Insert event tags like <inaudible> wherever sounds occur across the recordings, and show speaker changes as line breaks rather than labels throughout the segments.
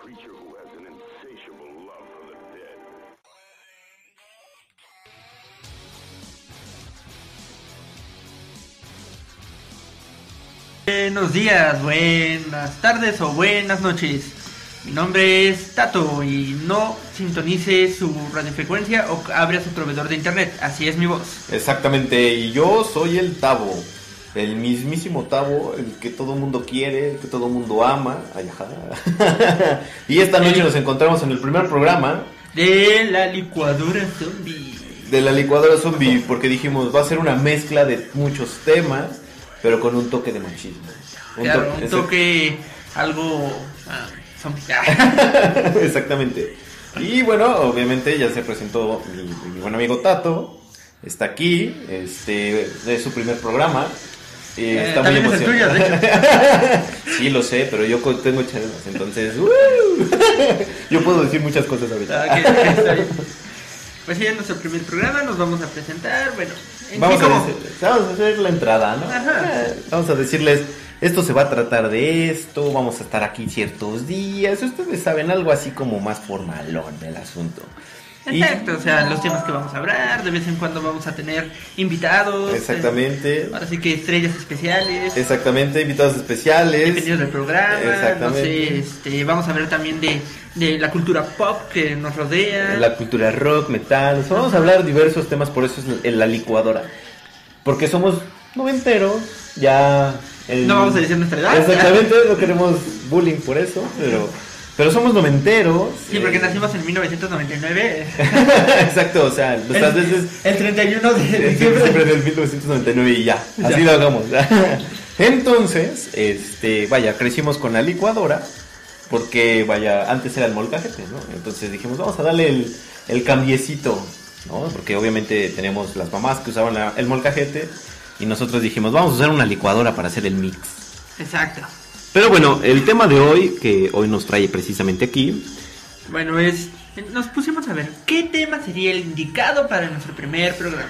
creature who has an insatiable love for the dead.
Buenos días, buenas tardes o buenas noches. Mi nombre es Tato y no sintonice su radiofrecuencia o abra su proveedor de internet. Así es mi voz.
Exactamente, y yo soy el Tavo, el mismísimo Tavo, el que todo mundo quiere, el que todo mundo ama. Ay, ajá. <laughs> y esta noche nos encontramos en el primer programa
De la licuadora zombie.
de la licuadora zombie, porque dijimos va a ser una mezcla de muchos temas, pero con un toque de machismo. Un
Claro,
toque-
un
ese-
toque algo... ah, zombie.
<laughs> Exactamente. Y bueno, obviamente ya se presentó mi, mi buen amigo Tato. Está aquí, este, es su primer programa. Y
Eh,
está muy
<laughs> también es el
emocionado.
tuyo,
<laughs> sí, lo sé, pero yo co- tengo chance, entonces. ¡uh! <laughs> yo puedo decir muchas cosas ahorita.
Ah, que- que está bien. Pues sí, en nuestro primer programa nos vamos a presentar. Bueno, en
Vamos
sí,
a,
como-
decir- vamos a hacer la entrada, ¿no?
Ajá.
Eh, Vamos a decirles, esto se va a tratar de esto, vamos a estar aquí ciertos días, ustedes saben, algo así como más formalón el asunto. Y-
Exacto, o sea, los temas que vamos a hablar, de vez en cuando vamos a tener invitados.
Exactamente.
eh, ahora sí que estrellas especiales,
Exactamente, invitados especiales.
dependiendo del programa. No
Exactamente.
sé, este, vamos a hablar también de, de la cultura pop que nos rodea.
La cultura rock, metal. o sea, vamos a hablar diversos temas, por eso es la- la licuadora. Porque somos noventeros, ya. el-
No vamos a decir nuestra edad.
Exactamente, no queremos bullying por eso, pero. Pero somos noventeros.
Sí, porque
eh, <laughs>
nacimos en 1999.
Exacto, o sea, nuestras veces.
el 31 de <laughs>
Siempre
diciembre.
del 1999 y ya, así
Ya.
lo hagamos. <laughs> Entonces, este, vaya, crecimos con la licuadora, porque vaya, antes era el molcajete, ¿no? Entonces dijimos, vamos a darle el, el cambiecito, ¿no? Porque obviamente tenemos las mamás que usaban la- el molcajete y nosotros dijimos, vamos a usar una licuadora para hacer el mix.
Exacto.
Pero bueno, el tema de hoy, que hoy nos trae precisamente aquí,
Bueno, es. Nos pusimos a ver qué tema sería el indicado para nuestro primer programa.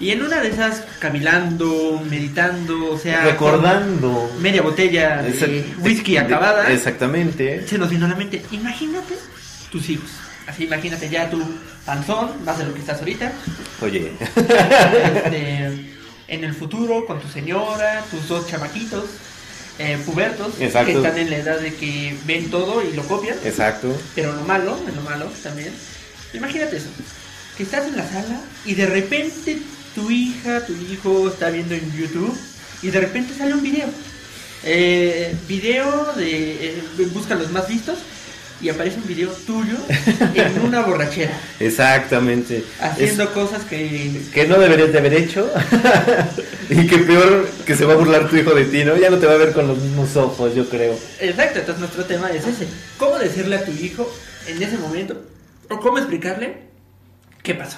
Y en una de esas, cavilando, meditando, o sea.
recordando...
con Media botella de
Esa-
whisky
de-
acabada.
Exactamente.
Se nos vino a la mente. Imagínate tus hijos. Así, imagínate ya tu panzón, más de lo que estás ahorita.
Oye, <laughs>
este, en el futuro, con tu señora, tus dos chamaquitos. eh, pubertos
Exacto.
que están en la edad de que ven todo y lo copian
exacto.
Pero lo malo, en lo malo también. Imagínate eso. Que estás en la sala y de repente tu hija, tu hijo está viendo en YouTube y de repente sale un video. Eh, video de... eh, busca los más vistos y aparece un video tuyo en una borrachera.
Exactamente.
Haciendo cosas que...
Es- que no deberías de haber hecho. <laughs> y que peor que se va a burlar tu hijo de ti, ¿no? Ya no te va a ver con los mismos ojos, yo creo.
Exacto, entonces nuestro tema es ese. ¿Cómo decirle a tu hijo en ese momento? ¿O cómo explicarle qué pasó?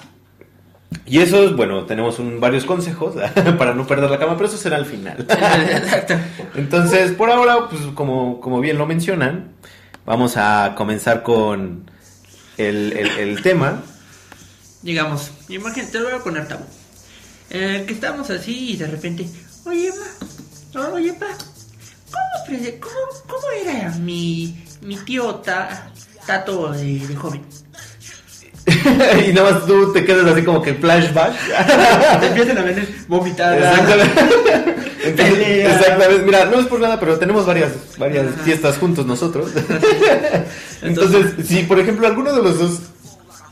Y eso, bueno, tenemos un- varios consejos <laughs> para no perder la cama, pero eso será al final.
Exacto.
Entonces, por ahora, pues como, como bien lo mencionan, vamos a comenzar con el, el- el tema. <laughs>
Digamos, imagínate, te lo voy a poner tabú. Eh, que estamos así y de repente, oye, ma, oye, pa, ¿cómo, pre- cómo, cómo era mi, mi tío ta- Tato de, de joven?
y nada más tú te quedas así como que flashback.
Te empiezan a venir vomitadas.
Exactamente. <laughs> Entonces,
Pelea.
exactamente. Mira, no es por nada, pero tenemos varias, varias
Ajá.
fiestas juntos nosotros. <laughs> Entonces, si por ejemplo alguno de los dos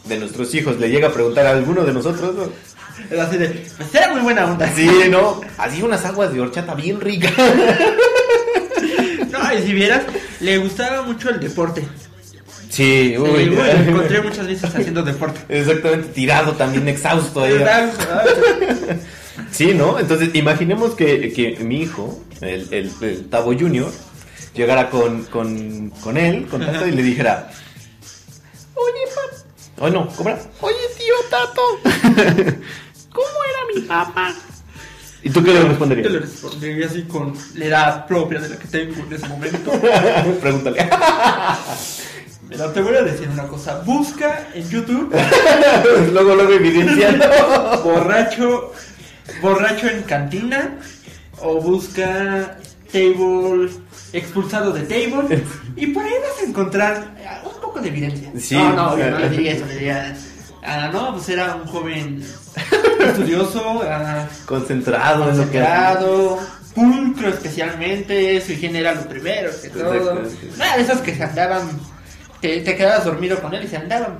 de nuestros hijos le llega a preguntar a alguno de nosotros, ¿no?
Así de, pues era muy buena onda.
así, ¿no? Así unas aguas de horchata bien ricas.
No, y si vieras, le gustaba mucho el deporte.
Sí,
Eh,
uy.
bueno, lo encontré muchas veces haciendo deporte.
<laughs> Exactamente, tirado también, exhausto ahí.
¿Verdad?
Sí, ¿no? Entonces, imaginemos que, que mi hijo, el, el, el Tavo Junior, llegara con, con, con él, con Tato, y le dijera: Oye, papá. Oye, no, ¿cómo era? Oye, tío Tato. <laughs> ¿Cómo era mi papá? ¿Y tú qué le
Yo le
responderías?
respondí así con la edad propia de la que tengo en ese momento.
<laughs> Pregúntale.
Mira, te voy a decir una cosa. Busca en YouTube
luego, luego <laughs> evidenciando.
borracho, borracho en cantina o busca Table, expulsado de Table, y por ahí vas a encontrar eh, un poco de evidencia.
Sí.
No, no, obvio, no le diría eso, le diría, ah, no, pues era un joven estudioso, ah,
Concentrado en lo que hace.
concentrado, pulcro especialmente, su higiene era lo primero que todo.
Exacto, sí.
Nada de esos que se andaban, te, te quedabas dormido con él y se andaban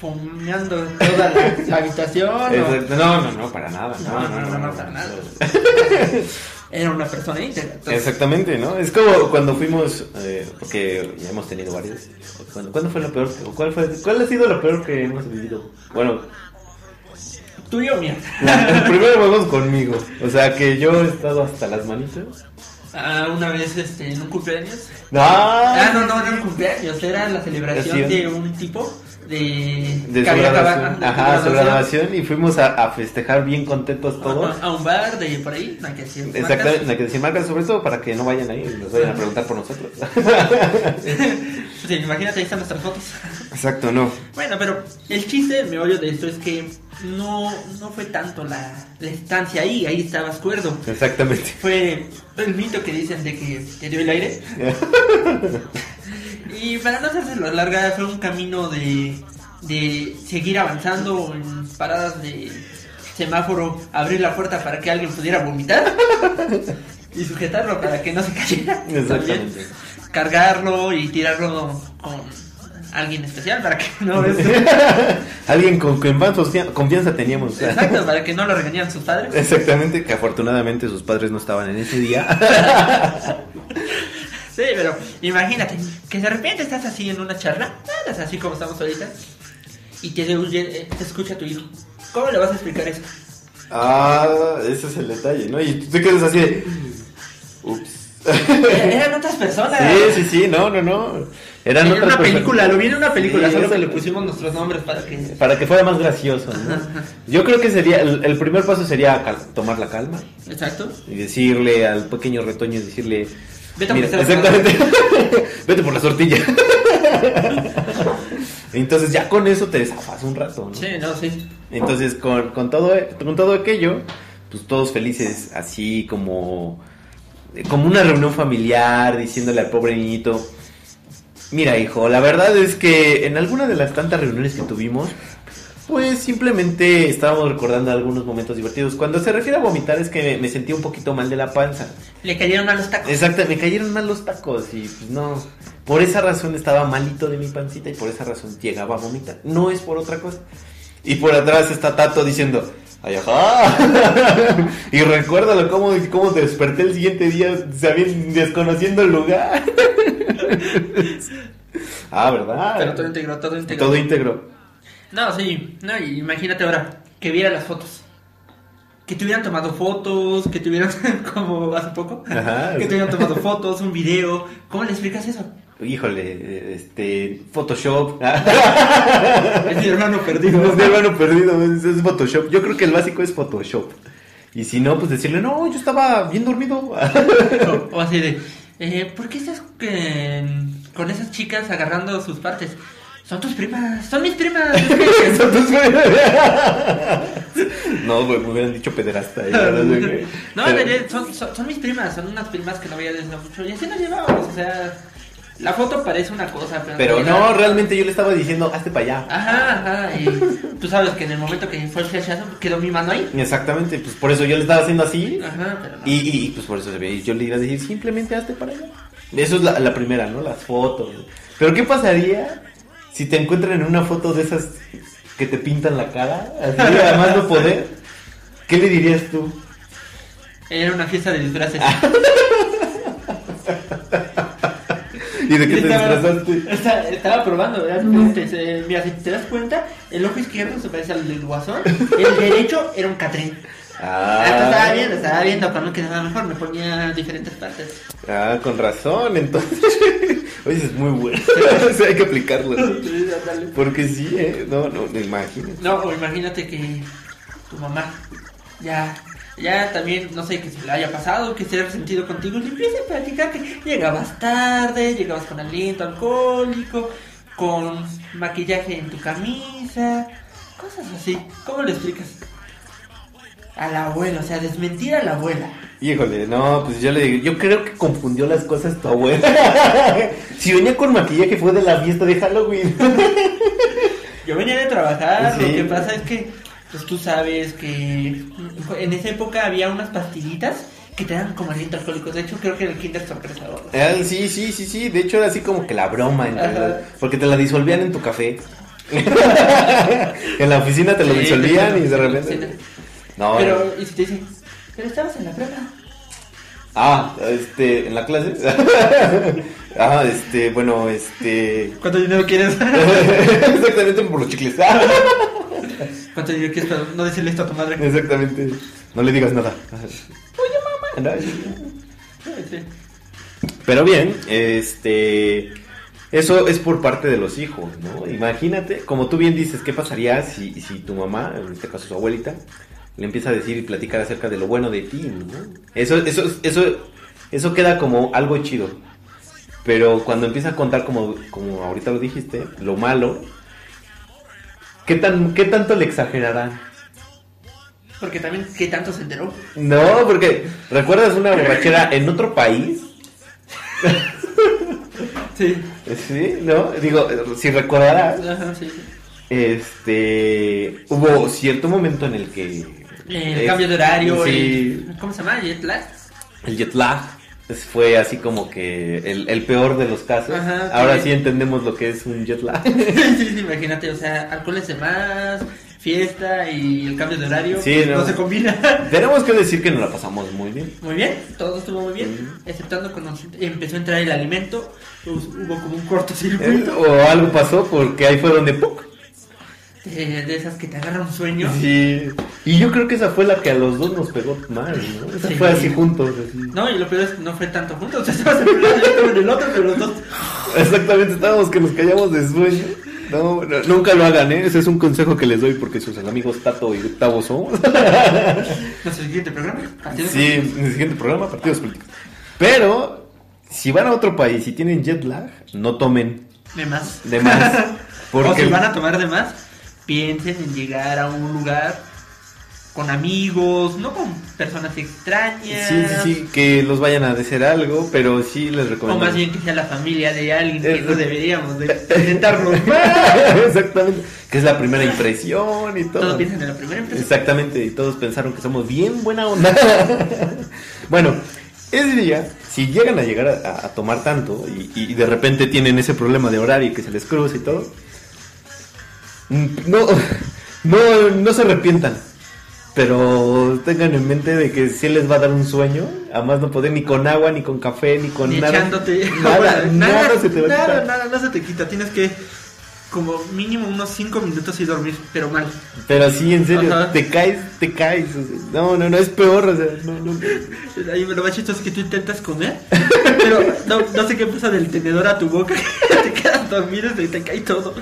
fumeando en toda la, la habitación. o-
Exacto. No, no, no, para nada.
No, no, no, no, para nada. Era una persona íntegra. entonces-
Exactamente, ¿no? Es como cuando fuimos, eh, porque ya hemos tenido varios. ¿Cuándo, cuándo fue lo peor? que- o ¿Cuál, fue, ¿Cuál ha sido lo peor que hemos vivido? Bueno,
Tuyo, mierda.
la- primero vamos conmigo. O sea, que yo he estado hasta las manitas.
Ah, una vez este, en un cumpleaños.
¡No!
Ah, no, no, no era un cumpleaños, era la celebración
Gracias.
de un tipo de.
De
que
su
había acabado-
graduación. Ajá, su
graduación.
graduación y fuimos a, a festejar bien contentos todos.
Ajá, A un bar de por ahí, la que hacía
Exactamente, la que decía marcas, sobre todo para que no vayan ahí y nos vayan a preguntar por nosotros.
Sí, imagínate, ahí están nuestras fotos.
Exacto, no.
Bueno, pero el chiste, me odio de esto es que no, no fue tanto la, la estancia ahí, ahí estabas cuerdo.
Exactamente.
Fue el mito que dicen de que te dio el aire. Y para no hacérselo larga, fue un camino de, de seguir avanzando en paradas de semáforo, abrir la puerta para que alguien pudiera vomitar y sujetarlo para que no se cayera. También
Exactamente. <laughs>
cargarlo y tirarlo con alguien especial para que
<laughs>
no
Alguien con quien más sostia- confianza
<laughs>
teníamos.
Exacto, para que no lo regañaran sus padres.
Exactamente, que afortunadamente sus padres no estaban en ese día.
Sí, pero imagínate que de repente estás así en una charla, andas así como estamos ahorita, y te, oye- eh, te escucha tu hijo. ¿Cómo le vas a explicar eso?
<laughs> Ah, ese es el detalle, ¿no? Y tú te quedas así de... Ups.
Eh, Eran otras personas.
Sí, sí, sí, no, no, no. Eran
en
otras
una
personas.
película, lo vi en una película,
Sí,
solo
eso-
que le pusimos nuestros nombres para que.
Para que fuera más gracioso, ¿no? Yo creo que sería, el, el primer paso sería cal- tomar la calma
Exacto.
y decirle al pequeño retoño, decirle...
Vete a
"Mira,
prestar la
exactamente. <laughs> Vete por la tortilla. <laughs> Entonces ya con eso te desafas un rato, ¿no?
Sí, no, sí.
Entonces, con, con, todo, con todo aquello, pues todos felices, así como, eh, como una reunión familiar, diciéndole al pobre niñito, mira hijo, la verdad es que en alguna de las tantas reuniones que tuvimos, pues simplemente estábamos recordando algunos momentos divertidos. Cuando se refiere a vomitar es que me, me sentí un poquito mal de la panza.
Le cayeron a los tacos.
Exacto, me cayeron mal los tacos y pues no. Por esa razón estaba malito de mi pancita y por esa razón llegaba a vomitar. No es por otra cosa. Y por atrás está Tato diciendo, ¡ay, ajá! <laughs> y recuérdalo cómo, cómo te desperté el siguiente día sabiendo, desconociendo el lugar. <laughs> ah, ¿verdad?
Pero todo íntegro, todo íntegro.
Todo íntegro.
No, sí. No, y imagínate ahora que viera las fotos. Que te hubieran tomado fotos, que te hubieran, <laughs> como hace poco,
Ajá.
que te hubieran tomado fotos, un video. ¿Cómo le explicas eso?
Híjole, este, Photoshop.
Es mi hermano perdido.
<laughs> Es mi hermano perdido, es, es Photoshop. Yo creo que el básico es Photoshop. Y si no, pues decirle, no, yo estaba bien dormido. <laughs>
O, o así de, eh, ¿por qué estás eh, con esas chicas agarrando sus partes? Son tus primas, son mis
<laughs>
primas. <laughs> es que-
Eso, pues, güey. <laughs> no, güey, me hubieran dicho pederasta. y la verdad, güey.
<laughs> no,
Pero-
en realidad, son, son, son mis primas, son unas primas que no veía desde mucho. Y así nos llevábamos, o sea, la foto parece una cosa, pero... en
Pero
realidad-
no, realmente yo le estaba diciendo, hazte para allá.
Ajá, ajá, y tú sabes que en el momento que fue el flechazo quedó mi mano ahí.
Exactamente, pues por eso yo le estaba haciendo así.
Ajá, pero no.
Y, y- y, pues por eso se ve. y Yo le iba a decir, simplemente hazte para allá. Eso es la, la primera, ¿no? Las fotos. Pero ¿qué pasaría si te encuentran en una foto de esas que te pintan la cara? Así, además no poder. ¿Qué le dirías tú?
Era una fiesta de disfraces.
Ah, ¿Y de qué te
estaba,
disfrazaste?
esta- estaba probando, ¿verdad? Entonces, eh, mira, si te das cuenta, el ojo izquierdo se parece al del guasón, el derecho era un catrín. Ah, pues, estaba viendo, estaba viendo cuando quedaba mejor, me ponía diferentes partes.
Ah, con razón, entonces. <laughs> Oye, eso es muy bueno. <laughs> O sea, hay que aplicarlo. ¿sí? Porque sí, ¿eh? No, no, no imagínate.
No, o imagínate que tu mamá ya, ya también, no sé, que se le haya pasado, que se haya resentido contigo, y empieza a platicar que llegabas tarde, llegabas con aliento alcohólico, con maquillaje en tu camisa, cosas así. ¿Cómo lo explicas? a la abuela, o sea, desmentir a la abuela.
Híjole, no, pues yo le digo, yo creo que confundió las cosas tu abuela. <laughs> si venía con maquillaje fue de la fiesta de Halloween. <laughs>
Yo venía de trabajar, lo
Sí.
que pasa es que, pues tú sabes que en esa época había unas pastillitas que te dan como aliento alcohólico. De hecho, creo que en el Kinder Sorpresa o algo así.
Ah, sí, sí, sí, sí. De hecho era así como que la broma, entre
Ajá.
las- porque te la disolvían en tu café. <laughs> en la oficina te lo
Sí,
disolvían
te-
y
te-
de repente.
te-
No,
Pero, y si te dicen, pero estabas en la prepa.
Ah, este, en la clase. <laughs> ah, este, bueno, este. <laughs>
¿Cuánto dinero quieres? <laughs>
Exactamente por los chicles. <laughs>
¿Cuánto dinero quieres para no decirle esto a tu madre?
Exactamente. No le digas nada. Oye, mamá. Pero bien, este. Eso es por parte de los hijos, ¿no? Imagínate, como tú bien dices, ¿qué pasaría si, si tu mamá, en este caso su abuelita, le empieza a decir y platicar acerca de lo bueno de ti, ¿no? Eso, eso, eso, eso queda como algo chido. Pero cuando empieza a contar, como, como ahorita lo dijiste, lo malo, ¿qué, tan, ¿qué tanto le exagerarán?
Porque también, ¿qué tanto se enteró?
No, porque ¿recuerdas una borrachera en otro país?
Sí.
Sí, ¿no? Digo, si recordarás,
Ajá, sí. sí.
este, hubo cierto momento en el que...
El cambio de horario,
Sí,
el- ¿cómo se llama? ¿Jet lag?
<laughs> el jet lag pues, fue así como que el, el peor de los casos.
Ajá, sí.
Ahora sí entendemos lo que es un jet lag. <laughs>
sí, sí, imagínate, o sea, alcoholes de más, fiesta y el cambio de horario,
Sí,
pues, no.
no.
se combina. <laughs>
Tenemos que decir que nos la pasamos muy bien.
Muy bien, todo estuvo muy bien, exceptando cuando empezó a entrar el alimento, pues, hubo como un cortocircuito
Eh, O algo pasó porque ahí fue donde... ¡puc!
eh, de, de esas que te agarran un sueño.
Eh. Sí. Y yo creo que esa fue la que a los dos nos pegó mal, ¿no? Esa
Sí.
fue así juntos. así.
No, y lo peor es que no fue tanto juntos, <laughs> o sea, estabas en el otro, en el otro, pero los dos.
Exactamente, estábamos que nos callamos de sueño. No, no, nunca lo hagan, ¿eh? Ese es un consejo que les doy porque sus amigos Tato y Gustavo son.
Nuestro siguiente programa, partido
Sí, en el siguiente programa, partidos políticos. Pero, si van a otro país y tienen jet lag, no tomen
de más.
de más.
<laughs> O si
Porque
van a tomar de más, piensen en llegar a un lugar con amigos, no con personas
Sí,
extrañas.
sí, sí, que los vayan a decir algo, pero sí les
O
recomiendo.
más bien que sea la familia de alguien que
Es-
no deberíamos de
<laughs>
presentarnos.
<laughs> Exactamente, que es la primera impresión y todo.
Todos piensan en la primera impresión.
Exactamente, y todos pensaron que somos bien buena onda. <laughs> bueno, ese día, si llegan a llegar a, a tomar tanto y, y de repente tienen ese problema de horario y que se les cruza y todo, mm, no, <laughs> no, no se arrepientan. Pero tengan en mente de que sí les va a dar un sueño, además no poder ni con agua, ni con café, ni con
Ni
nada.
echándote.
Nada,
<laughs> Bueno,
nada se te va a
nada,
quitar.
nada, no se te quita. Tienes que como mínimo unos 5 minutos y dormir, pero mal.
Pero sí, en serio,
Ajá.
te caes, te caes. o sea, no, no, no, es peor. O sea, no, no, no.
Ahí lo más chistoso es que tú intentas comer, <laughs> pero no, no sé qué pasa del tenedor a tu boca. <laughs> te quedas dormido y te cae todo.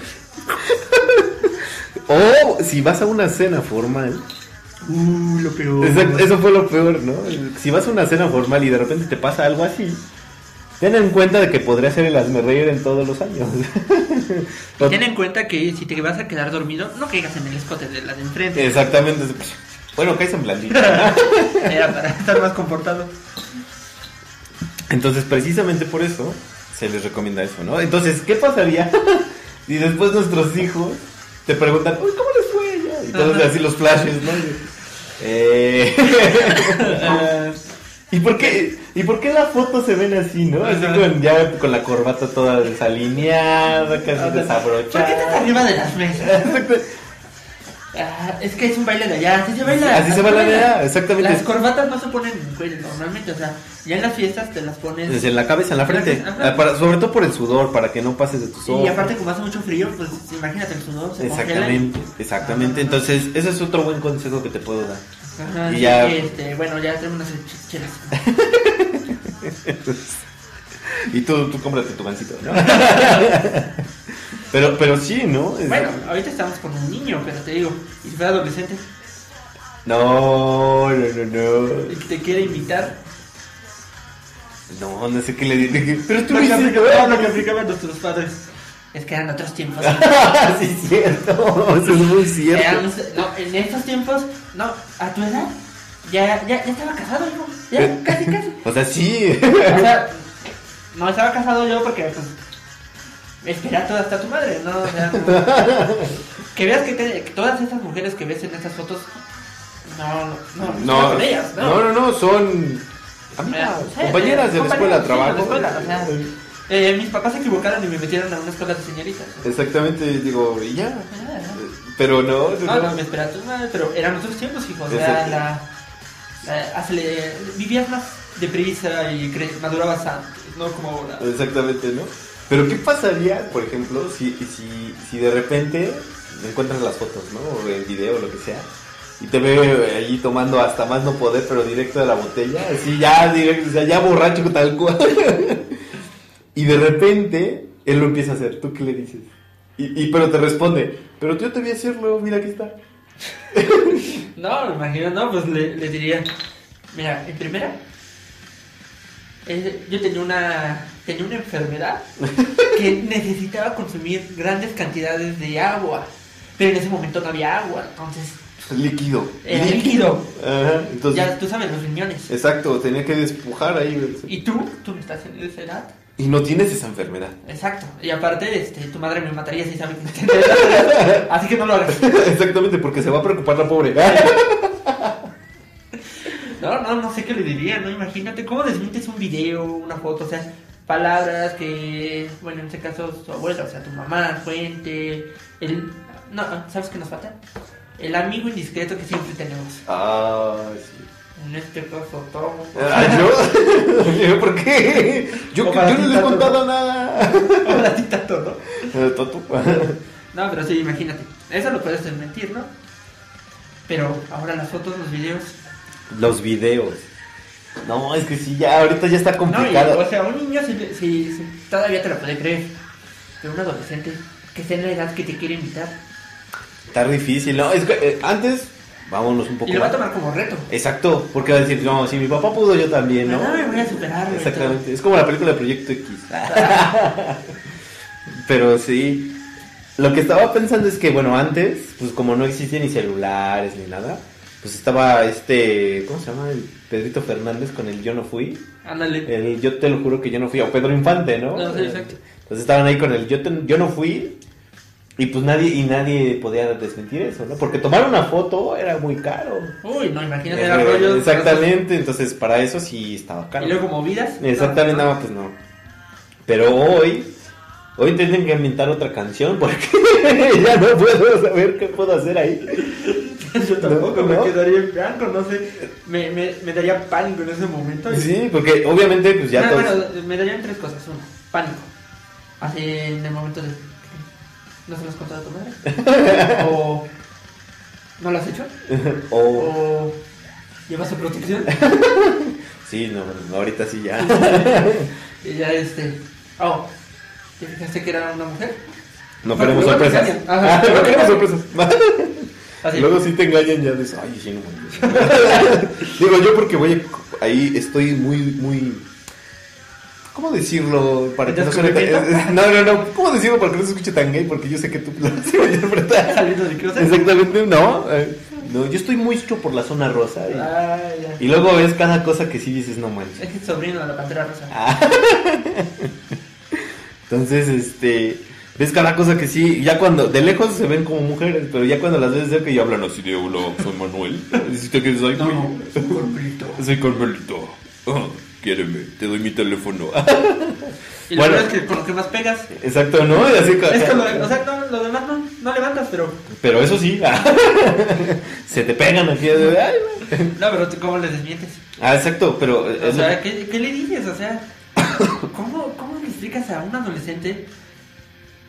O si vas a una cena formal.
Uh, lo peor.
Exacto, eso fue lo peor, ¿no? Si vas a una cena formal y de repente te pasa algo así, ten en cuenta de que podría ser el asmerreír en todos los años.
Y Ten en cuenta que si te vas a quedar dormido, no caigas en el escote de la de
<laughs>
enfrente.
Exactamente. Bueno, caes en blandito.
Era para estar más confortado.
Entonces, precisamente por eso se les recomienda eso, ¿no? Entonces, ¿qué pasaría <laughs> si después nuestros hijos te preguntan, uy, ¿cómo les fue ya? Y todos
Ajá.
así los flashes, ¿no? Eh... <laughs>
Ah.
Ah, ¿Y por qué? ¿Y por qué la foto se ven así, no? Así
Ajá.
con ya con la corbata toda desalineada, casi
¿Por qué estás
desabrochada.
arriba de las mesas? Ah, es que es un baile de allá, así se baila.
Así se baila de allá, exactamente.
Las corbatas no se ponen en el cuello normalmente, o sea, ya en las fiestas te las pones.
Desde la cabeza, en la frente.
Ajá.
Ah, para- sobre todo por el sudor, para que no pases de tus ojos.
Y aparte, como hace mucho frío, pues imagínate el sudor. Se
Exactamente, exactamente.
Ah.
Entonces, ese es otro buen consejo que te puedo dar.
congela. Ajá,
Y
así
ya-
que, este, bueno, ya tenemos unas ch- chelas.
Y tú, tú cómprate tu gancito, ¿no? <laughs> pero, pero sí, ¿no? Es-
Bueno, ahorita estamos con un niño, pero te digo, y si fuera adolescente
No, no, no, no.
y te quiere invitar,
No, no sé qué le dije. Pero tú
Lo
me
que,
hiciste-
aplicaban, lo que aplicaban nuestros padres. Es que eran otros tiempos.
<laughs> sí, Ah, cierto. Eso es muy cierto.
Eran- no, en estos tiempos, no, a tu edad ya, ya, ya estaba casado, hijo.
Eh,
Ya, casi, casi.
O sea, sí.
O sea, no estaba casado yo porque, pues, espera toda hasta tu madre, ¿no? O sea, no. que veas que, te- que todas esas mujeres que ves en esas fotos, no, no, no, no,
No,
con ellas, ¿no?
no, no, no, son amigas,
Ah, sí,
compañeras
sí,
de la
compañeras,
escuela,
sí,
trabajo.
de la escuela, o sea. Eh, mis papás se equivocaron y me metieron a una escuela de señoritas.
Exactamente, digo, y ya.
Ah,
Pero no, no,
No,
no.
no, me espera tu madre, pero eran otros tiempos, hijo. O sea,
Exacto.
la, la- hazle- vivías más deprisa y cre- madurabas antes, no como ahora.
Exactamente, ¿no? Pero ¿qué pasaría, por ejemplo, si, si, si de repente encuentras las fotos, ¿no? O el video, lo que sea. Y te ve allí tomando hasta más no poder, pero directo de la botella. Así ya, directo, o sea, ya borracho tal cual. <laughs> y de repente, él lo empieza a hacer. ¿Tú qué le dices? Y, y- pero te responde, pero yo te vi hacerlo, mira aquí está.
No, me imagino, no, pues le, le diría, mira, en primera, eh, yo tenía una, tenía una enfermedad que necesitaba consumir grandes cantidades de agua, pero en ese momento no había agua, entonces
Líquido.
Era Eh, líquido.
Ajá, entonces...
ya tú sabes, los riñones.
Exacto, tenía que despujar ahí. güey.
Y tú, tú no estás en esa edad.
Y no tienes esa enfermedad.
Exacto. Y aparte, este, tu madre me mataría si sabe que tengo esa edad, Así que no lo hagas.
<laughs> Exactamente, porque se va a preocupar la pobre. <laughs>
No, no, no sé qué le diría, ¿no? Imagínate cómo desmientes un video, una foto, o sea, palabras que, bueno, en este caso tu abuela, o sea, tu mamá, fuente, el... No, ¿sabes qué nos falta? El amigo indiscreto que siempre tenemos.
Ah, sí.
En este caso,
<laughs>
todo.
Ah, <laughs> ¿Yo? ¿Yo ¿Por qué? Yo,
O
yo
para
no
ti,
le he
Tato.
contado nada.
Ahora sí tanto, ¿no?
Eh, Tato.
No, pero sí, imagínate. Eso lo puedes desmentir, ¿no? Pero ahora las fotos, los videos...
<laughs> Los videos. No, es que sí, ya ahorita ya está
No, y,
complicado.
o sea, un niño si, si- si todavía te lo puede creer. Pero un adolescente que esté en la edad que te quiere invitar.
Está difícil, ¿no? Es que eh, antes, vámonos un poco
Y lo va a
más.
tomar como reto.
Exacto, porque va a decir, no, si mi papá pudo, yo también, ¿no?
Ah, me voy a superar, güey,
Exactamente, es como la película de Proyecto X. Pero sí, lo que estaba pensando es que, bueno, antes, pues como no existían ni celulares ni nada, pues estaba este, ¿cómo se llama? El Pedrito Fernández con el Yo no fui.
<laughs> Ándale.
El Yo te lo juro que yo no fui, o Pedro Infante, ¿no?
No, Ah, sí, exacto.
Entonces estaban ahí con el Yo, te- yo no fui. Y pues nadie, y nadie podía desmentir eso, ¿no? Porque tomar una foto era muy caro.
Uy, no, imagínate
Eh,
era rollo.
Exactamente, entonces para eso sí estaba caro.
Y luego movidas.
<laughs> Exactamente,
No,
nada,
no.
pues no. Pero hoy, hoy tienen que inventar otra canción porque <laughs> ya no puedo saber qué puedo hacer ahí.
<laughs> Yo tampoco
No,
me
no.
quedaría en blanco, no sé. Me, me, me daría pánico en ese momento.
Sí, porque obviamente pues ya
Ah,
todos...
bueno, me darían tres cosas. Uno, pánico. Así en el momento de. ¿No se los contó a tu
<laughs>
madre? o. ¿No lo has hecho?
<laughs> Oh,
O. ¿Llevas su
<laughs>
protección?
sí, no, no, ahorita sí ya.
y ya este. Oh. ¿Te fijaste que era una mujer?
No queremos
Luego te
sorpresas.
engañan. Ajá. Ah,
Ah, No queremos sorpresas.
Así.
<laughs> Luego sí te engañan ya dices, ay, sí, no mames". <laughs> Digo yo porque voy a- ahí estoy muy, muy. ¿Cómo decirlo para que no suene tan-
¿Descubrimiento?
es- es- No, eh, no, no. ¿Cómo decirlo para que no se escuche tan gay? Porque yo sé que tú <laughs> lo vas a interpretar.
Saliendo del
<laughs>
closet.
Exactamente, no. eh, No, yo estoy muy hecho por la zona rosa. y-
Ah, ya.
Y, luego ves cada cosa que sí dices, no manches.
Es el sobrino de la pantera rosa.
Entonces, este. Ves cada cosa que sí, ya cuando, de lejos se ven como mujeres, pero ya cuando las ves de cerca y hablan así de hola, soy Manuel. <laughs> Si te quieres, ay,
No,
güey.
no, es un corpulito.
Soy Carmelito. Oh, quiéreme, te doy mi teléfono. <laughs>
Y lo
Bueno.
peor es que con lo que más pegas.
Exacto, ¿no? Y así con-
Es con lo, o sea, no, lo demás no, no levantas, pero.
Pero eso sí, <laughs> se te pegan aquí. ay, güey.
No, pero tú, ¿cómo le desmientes?
Ah, exacto, pero
O
es lo-
sea, ¿qué, qué le dices? O sea, ¿cómo, ¿cómo le explicas a un adolescente?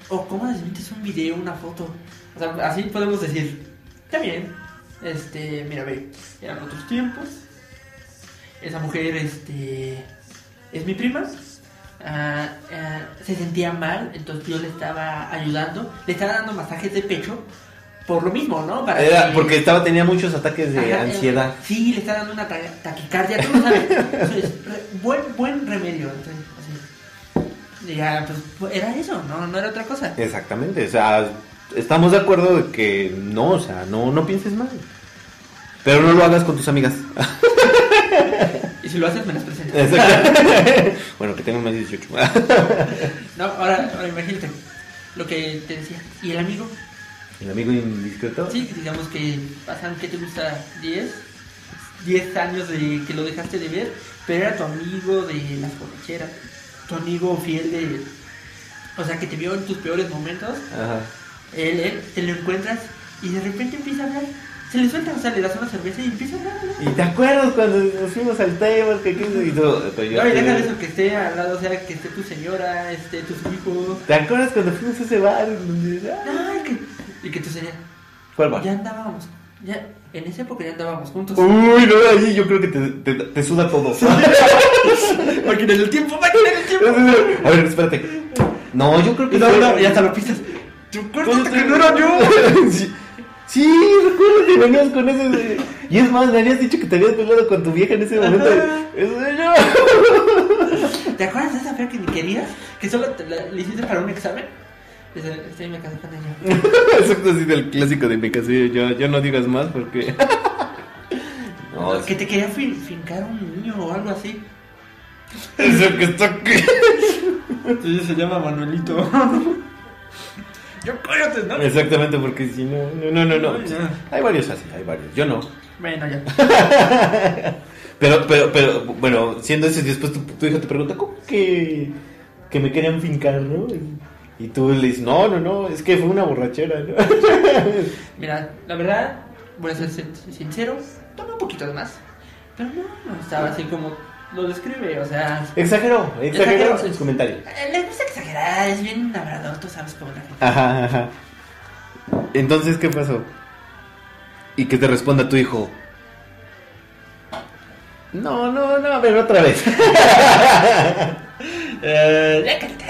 ¿O cómo desmientes un video, una foto? O sea, así podemos decir, está bien, este, mira, ve, eran otros tiempos, esa mujer, este, es mi prima, ah, ah, se sentía mal, entonces yo le estaba ayudando, le estaba dando masajes de pecho, por lo mismo, ¿no? Para
era
que-
porque estaba, tenía muchos ataques de
Ajá, eh,
ansiedad.
Sí, le está dando una ta- taquicardia, tú no
<laughs>
sabes. Eso es re- buen, buen remedio. entonces, así. Y Ya, pues era eso, no, no era otra cosa.
Exactamente, o sea, estamos de acuerdo de que no, o sea, no, no pienses mal. Pero no lo hagas con
<laughs>
tus amigas.
Y si lo haces, me las presentas.
Exacto. bueno, que tengan más de
<laughs>
18.
No, ahora, ahora imagínate lo que te decía. ¿Y el amigo?
¿El amigo indiscreto?
Sí, digamos que pasan, ¿qué te gusta? ¿10? 10 años de que lo dejaste de ver, pero era tu amigo de las borracheras, tu amigo fiel de... O sea, que te vio en tus peores momentos,
Ajá.
él, él, te lo encuentras y de repente empieza a hablar. Se le suelta, o sea, le das una cerveza y empieza a hablar. a hablar.
¿Y te acuerdas cuando nos fuimos al table? Que quiso y todo? Pero yo-
No, y deja de eso que esté al lado, o sea, que esté tu señora, esté tus hijos.
¿Te acuerdas cuando fuimos a ese bar? Donde- ah,
Ay, que, y que tu señora,
¿Cuál bar?
ya andábamos, ya, en esa época ya andábamos juntos.
Uy, no, allí yo creo que te, te, te suda todo.
Máquina del tiempo, máquina del tiempo.
<laughs> a ver, espérate. No, yo creo que. Pues
No, no, ya hasta lo pisas. Tu cuerpo
¿Cuándo
te que
te-
no era yo.
<laughs> sí, sí, recuerdo que venías con ese. de- Y es más, me habías dicho que te habías peleado con tu vieja en ese momento.
Ajá.
Eso soy yo. <laughs>
¿Te acuerdas de esa fea que ni querías? Que solo te la, le hiciste para un examen. Dice, Estoy en mi casa con ella.
Exacto, así del clásico de me casé. Yo, yo no digas más porque. <laughs> No,
que te quería fin- fincar un niño o algo así.
<laughs> eso que está aquí.
Entonces se llama Manuelito. <laughs> yo cállate, ¿no?
Exactamente, porque si no. No, no, no. no.
Ay, ya.
Hay varios así, hay varios. Yo no.
Bueno, ya.
Pero, pero, pero, bueno, siendo ese, después tu, tu hija te pregunta, ¿cómo que, que me querían fincar, no? Y, y tú le dices, no, no, no, es que fue una borrachera, ¿no?
Mira, la verdad, voy a ser sin- sincero, tomé un poquito más. Pero no, no estaba así como lo describe, o sea.
Exageró, exageró
Exageró.
en su comentario.
eh, Le gusta exagerar, es bien labrador, tú sabes cómo la gente.
Ajá, ajá. Entonces, ¿qué pasó? Y que te responda tu hijo. No, no, no, a ver, otra vez. <laughs>
Eh, ya <laughs> cállate.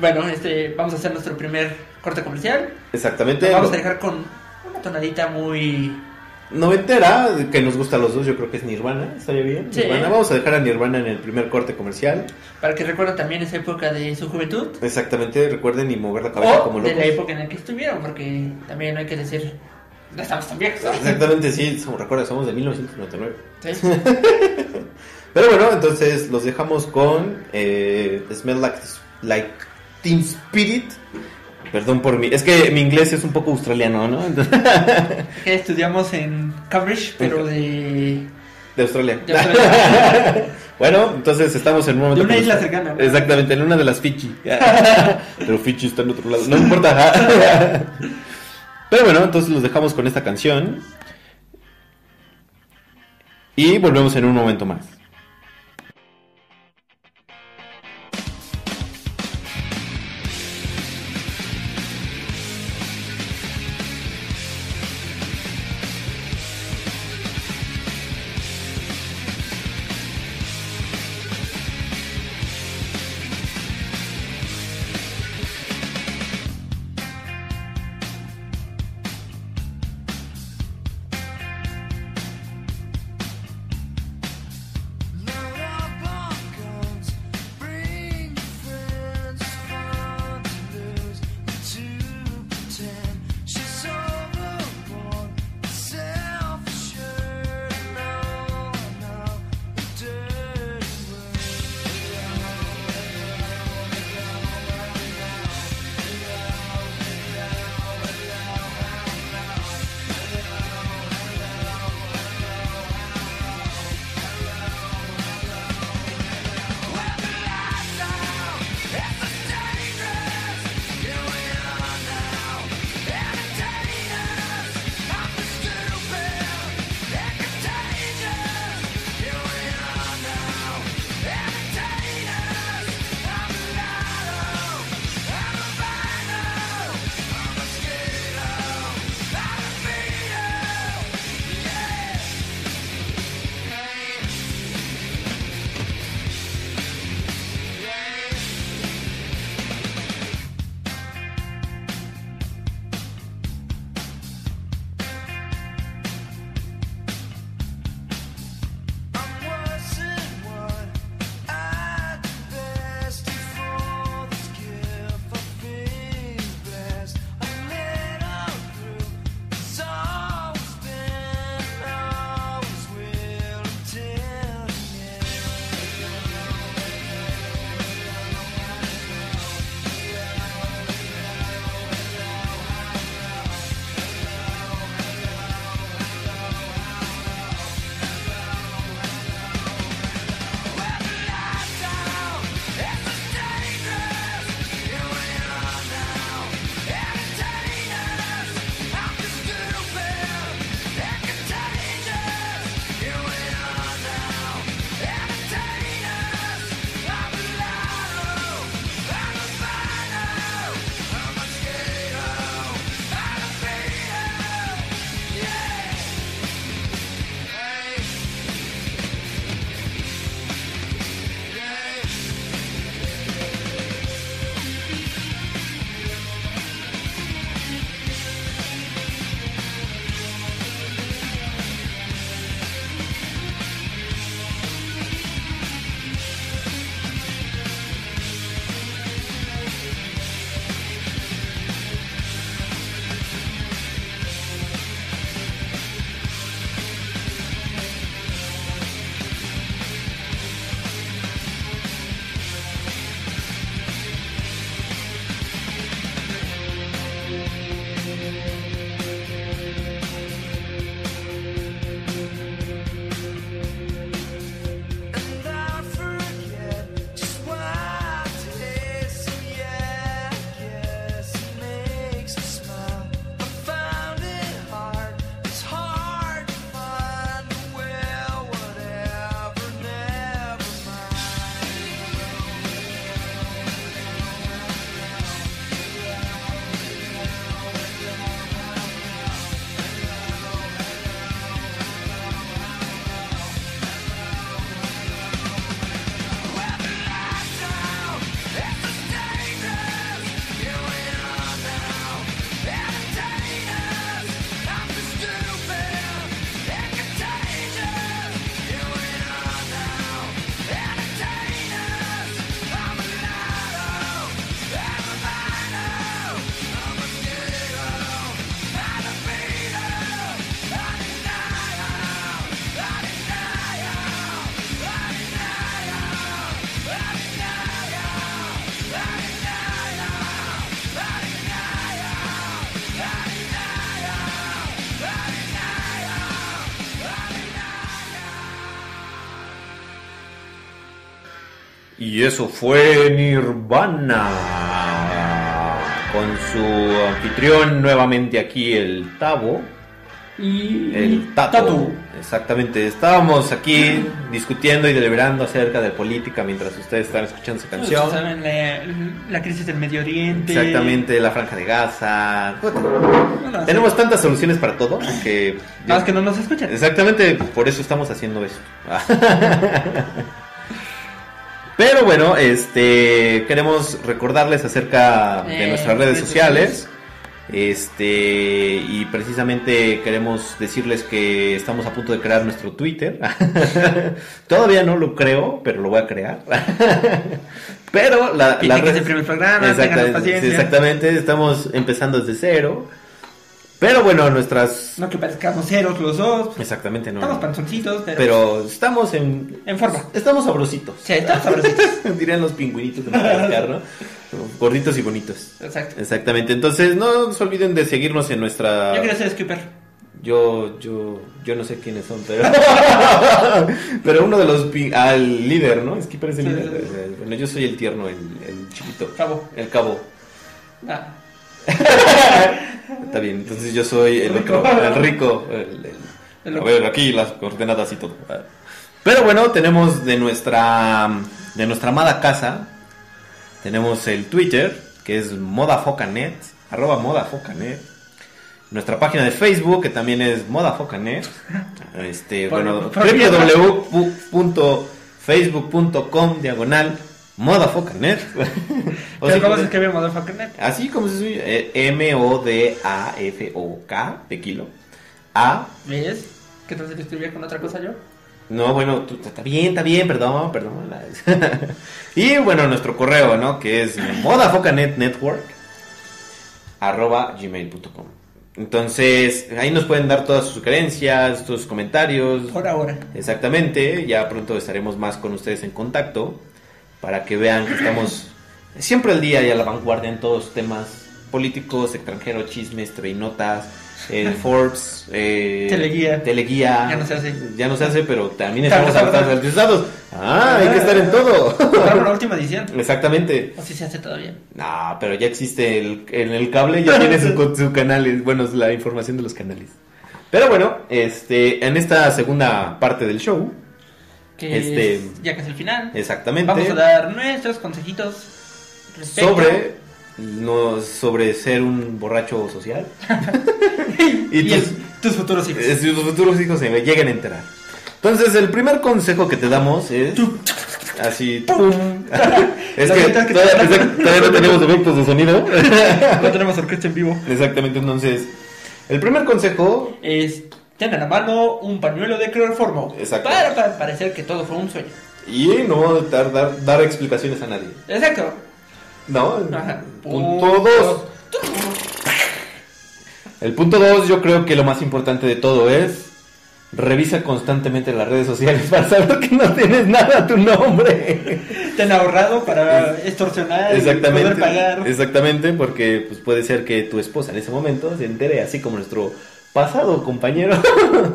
bueno, este, vamos a hacer nuestro primer corte comercial.
Exactamente.
Nos vamos a
lo-
dejar con una tonadita muy.
Noventera, que nos gusta a los dos, yo creo que es Nirvana, estaría bien.
Sí.
Nirvana. Vamos a dejar a Nirvana en el primer corte comercial.
para que recuerden también esa época de su juventud.
Exactamente, recuerden y mover la cabeza
O
como
de
locos.
la época en la que estuvieron, porque también hay que decir. No estamos tan viejos.
Exactamente, sí, somos- recuerda, somos de 1999.
Sí.
Pero bueno, entonces los dejamos con eh, Smell like, like Teen Spirit. Perdón por mi... Es que mi inglés es un poco australiano, ¿no? Entonces- <laughs>
Que estudiamos en Cambridge, pero de.
De Australia. <laughs>
de Australia.
Bueno, entonces estamos en un momento...
De una
como-
isla cercana.
Exactamente, en una de las
<laughs>
Fiji. Pero Fiji está en otro lado. No importa. ajá.
<laughs>
Pero bueno, entonces los dejamos con esta canción. Y volvemos en un momento más. Y eso fue Nirvana. Con su anfitrión nuevamente aquí, el Tavo.
Y
El Tatu. Exactamente. Estábamos aquí discutiendo y deliberando acerca de política mientras ustedes están escuchando su
Ustedes
canción.
saben, la, la crisis del Medio Oriente.
Exactamente, la franja de Gaza. Puta,
Bueno, sí.
Tenemos tantas soluciones para todo que...
Nada más que no nos escuchan.
Exactamente, por eso estamos haciendo esto. <laughs> Pero bueno, este queremos recordarles acerca de
Eh,
nuestras redes
redes
sociales. Este, y precisamente queremos decirles que estamos a punto de crear nuestro Twitter. <laughs> Todavía no lo creo, pero lo voy a crear. <laughs> pero la,
Y
la
que es el primer programa, tengan
exactamente,
paciencia.
exactamente, estamos empezando desde cero. Pero bueno, nuestras
No que parezcamos ceros los dos.
Exactamente, no.
Estamos
no.
panzoncitos, pero,
Pero estamos en.
en forma.
Estamos sabrositos.
Sí, estamos sabrositos.
<laughs> Dirían los pingüinitos de
<laughs>
Madagascar, ¿no? Gorditos y bonitos. <laughs>
Exacto.
Exactamente. Entonces, no se olviden de seguirnos en nuestra.
Yo quiero ser skipper.
Yo, yo, yo no sé quiénes son, pero. <laughs> pero uno de los. pi- Al líder, ¿no? Es que parece el
Sí,
líder.
sí,
Bueno, yo soy el tierno, el, el chiquito.
Cabo.
El cabo.
Ah,
Está bien, entonces yo soy el
Rico.
otro, el rico. el- el-
El
a
otro.
ver, aquí las coordenadas y todo. Pero bueno, tenemos de nuestra, de nuestra amada casa, tenemos el Twitter, que es modafocanet, arroba modafocanet. Nuestra página de Facebook, que también es modafocanet.
<laughs>
Este,
Por-
bueno,
por-
www.facebook.com diagonal
<laughs>
modafocanet. O
pero ¿cómo
si quieres-
se escribe Motherfucker.net?
Así como se suye, eh, M-O-D-A-F-O-K, de kilo. A,
¿Ves? ¿Qué tal si lo escribía con otra cosa yo?
no, bueno, tú- está bien, está bien, perdón, perdón. <laughs> y bueno, nuestro correo, ¿no? Que es modafocanetnetwork arroba gmail.com. Entonces, ahí nos pueden dar todas sus sugerencias, sus comentarios.
Por ahora.
Exactamente, ya pronto estaremos más con ustedes en contacto para que vean que estamos siempre al día y a la vanguardia en todos los temas políticos, extranjeros, chismes, notas,
<laughs>
Forbes, eh,
Teleguía.
teleguía.
Ya no se hace.
Ya no se hace, pero también
Estamos
estamos al-
avanzando.
actualizados. Ah, hay que estar en todo. <laughs>
Para una última edición.
Exactamente.
O si se hace todavía.
No, pero ya existe el, en el cable, ya
<laughs>
tiene su, su canal, es- bueno, es la información de los canales. Pero bueno, este, en esta segunda parte del show,
Que
Este-
es ya casi el final.
Exactamente.
Vamos a dar nuestros consejitos. respecto-
sobre no sobre ser un borracho
<laughs>
social.
Y,
y tus,
el- tus futuros hijos. <laughs>
eh, tus futuros hijos se lleguen a enterar. Entonces, el primer consejo que te damos es
Tú.
así.
<laughs> ¡Pum!
Es
La
que
neta es que
todavía,
te-
exact- todavía no tenemos efectos de sonido. <laughs>
no tenemos orquesta en vivo.
Exactamente, entonces. El primer consejo,
Es, tengan a mano un pañuelo de cloroformo.
Exacto.
Para, para parecer que todo fue un sueño.
y no dar, dar, dar explicaciones a nadie.
Exacto.
No,
Ajá.
punto 2. El punto 2 yo creo que lo más importante de todo es revisa constantemente las redes sociales <laughs> para saber que no tienes nada a tu nombre.
Te han ahorrado para extorsionar y poder pagar.
Exactamente, porque pues, puede ser que tu esposa en ese momento se entere, así como nuestro pasado compañero,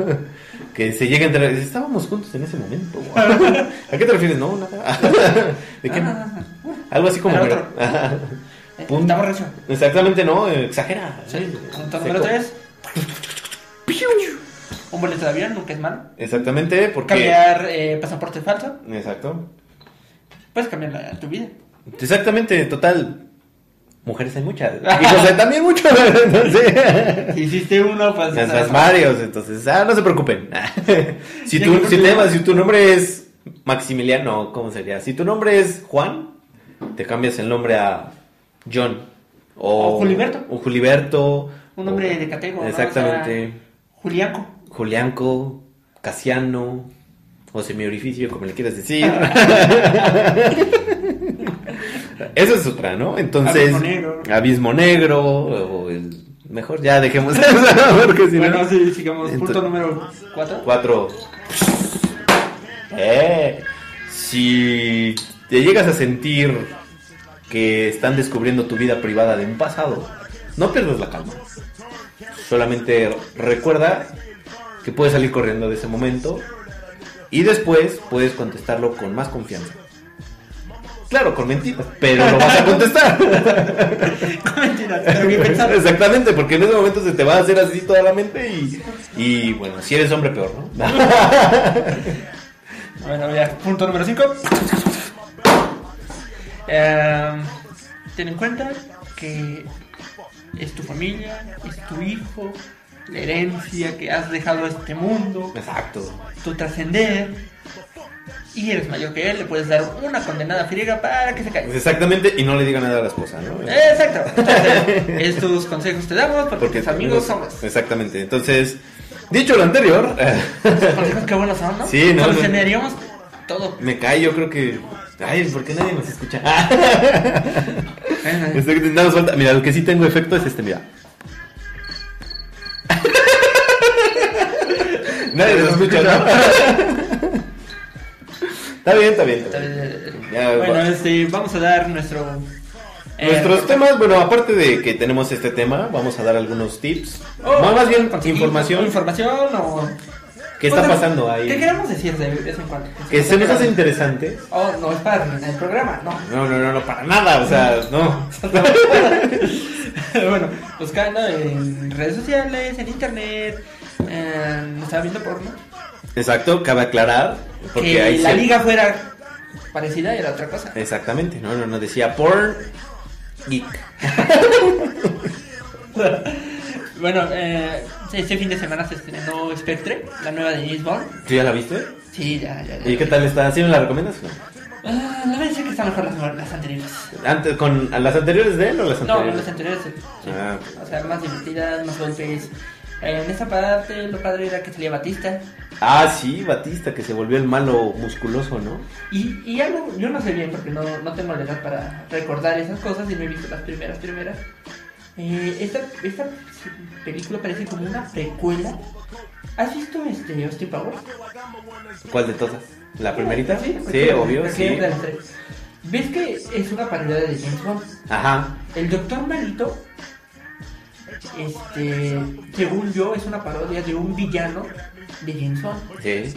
<laughs> que se llegue a enterar. Estábamos juntos en ese momento. <laughs> ¿A qué te refieres? No, nada. <laughs>
<laughs>
¿De qué?
Ah,
Algo así como...
Era otro.
<laughs>
eh,
Punto.
Está borracho.
Exactamente, no, eh, exagera.
Sí. Punto
Seco.
número 3. <laughs> Un boleto de avión nunca es malo.
Exactamente, porque...
Cambiar eh, pasaporte falso.
Exacto.
Puedes cambiar la- tu vida.
Exactamente, total. Mujeres hay
<laughs>
muchas. Hijos hay también muchos. <laughs> Entonces,
Si <laughs> hiciste uno, pues.
las las varios, entonces, ah, no se preocupen. <laughs> si,
Ya
tu,
que
si,
porque-
te- si tu nombre es Maximiliano, ¿cómo sería? Si tu nombre es Juan, te cambias el nombre a John. O,
O Juliberto.
O Juliberto.
Un hombre
o-
de catego. ¿no?
Exactamente.
O sea, Julianco.
Julianco, Casiano, o semiorificio, como le quieras decir.
<laughs>
Esa es otra, ¿no? Entonces,
Abismo negro.
Abismo negro, o el- mejor ya dejemos <laughs> eso, porque si
bueno,
no...
sí, Ah, sigamos.
Entonces-
punto número 4.
Cuatro. Eh, si te llegas a sentir que están descubriendo tu vida privada de un pasado, no pierdas la calma. Solamente recuerda que puedes salir corriendo de ese momento y después puedes contestarlo con más confianza. Claro, con mentiras, pero lo vas a contestar.
<laughs> Mentira, pero bien pensado.
<laughs> Exactamente, porque en ese momento se te va a hacer así toda la mente y, y bueno, si eres hombre, peor, ¿no? <laughs>
Bueno, ya, punto número 5. Em, ten en cuenta que es tu familia, es tu hijo, la herencia que has dejado a este mundo,
Exacto.
tu trascender. Y eres mayor que él, le puedes dar una condenada friega para que se caiga.
Pues Exactamente, y no le diga nada a la esposa, ¿no?
Exacto.
<laughs>
Entonces, estos consejos te damos porque, Eh, tus amigos somos.
Exactamente, entonces, dicho lo anterior, eh,
Consejos que buenos son, ¿no?
Sí, no, no.
Solucionaríamos todo.
me cae, yo creo que... Ay, ¿por qué nadie nos escucha?
Eh,
Estoy intentando soltar. Mira, lo que sí tengo efecto es este, mira. <laughs> Nadie lo escucha, ¿no? <laughs> está bien, está bien.
tal vez, eh,
Ya,
Bueno,
va.
este, vamos a dar nuestro. eh,
Nuestros temas, bueno, aparte de que tenemos este tema, vamos a dar algunos tips.
Oh,
más, más bien,
con-
información.
Información o.
¿Qué está
Cosas
pasando
que
ahí?
queramos decir de vez en cuando?
Que se nos hace interesante.
Oh, no, es para arruinar el programa, no.
No, no, no, no, para nada, o sea, no.
<laughs> bueno, buscando en redes sociales, en internet. Eh, nos estaba viendo porno.
Exacto, cabe aclarar. Porque Eh.
que
hay
la
cier-
liga fuera parecida era otra cosa.
Exactamente, no, no, no, decía porn geek.
Bueno, eh, este fin de semana se estrenó Spectre, la nueva de James Bond.
¿Tú ya la viste?
Sí, ya, ya. ya.
¿Y qué tal está? ¿Sí me la recomiendas?
Ah, la verdad es que están mejor las, las anteriores.
Antes, ¿Con las anteriores de él o las
No,
anteriores?
las anteriores. sí. Sí.
Ah.
O sea, más divertidas, más golpes. Eh, En esa parte lo padre era que salía Batista.
Ah, sí, Batista, que se volvió el malo musculoso, ¿no?
Y, y algo, yo no sé bien porque no, no tengo la edad para recordar esas cosas y no he visto las primeras, primeras. Eh, esta, esta película parece como una precuela. ¿Has visto este Austin Powers?
¿Cuál de todas? ¿La primerita?
Sí, pues,
Sí, obvio,
la
sí.
primera de las tres. ¿Ves que es una parodia de James Bond?
Ajá.
El Doctor Malito, este, según yo, es una parodia de un villano de James Bond.
Sí.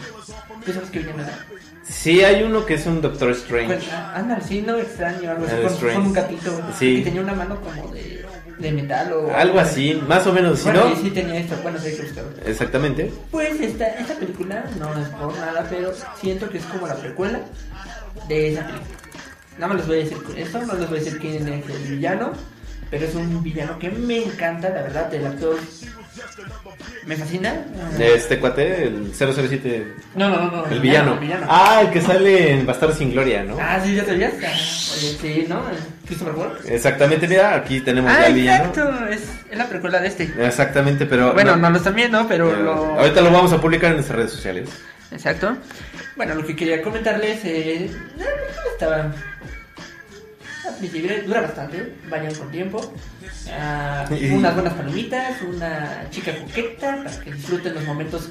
¿Tú sabes qué villano era?
Sí, hay uno que es un Doctor Strange.
Pues, anda, sí, no extraño, algo así,
Ah,
con,
Strange.
con un gatito
Sí.
que tenía una mano como de, de metal o
Algo así, más o menos, ¿sí,
Bueno,
no?
y sí tenía esto, bueno, sí, que usted-
Exactamente.
Pues esta, esta película no es por nada, pero siento que es como la precuela de esa película. Nada más les voy a decir esto, no les voy a decir quién es el villano, pero es un villano que me encanta, la verdad, el actor me fascina.
Este cuate, el 007,
No, no, no, no,
el villano.
El villano. Ah,
Ah, el que sale en Bastardos sin Gloria, ¿no?
sí, ya te olvidaste. Oye, sí, ¿no? Christopher Walker.
Exactamente, mira, aquí tenemos ya
Ah,
al villano.
exacto, es, es la precuela de este.
Exactamente, pero...
Bueno, no lo están viendo, pero
Eh,
lo...
Ahorita lo vamos a publicar en nuestras redes sociales.
Exacto. Bueno, lo que quería comentarles es. La película estaba. admisible, dura bastante, vayan con tiempo. Ah,
Y-
unas buenas palomitas, una chica coqueta para que disfruten los momentos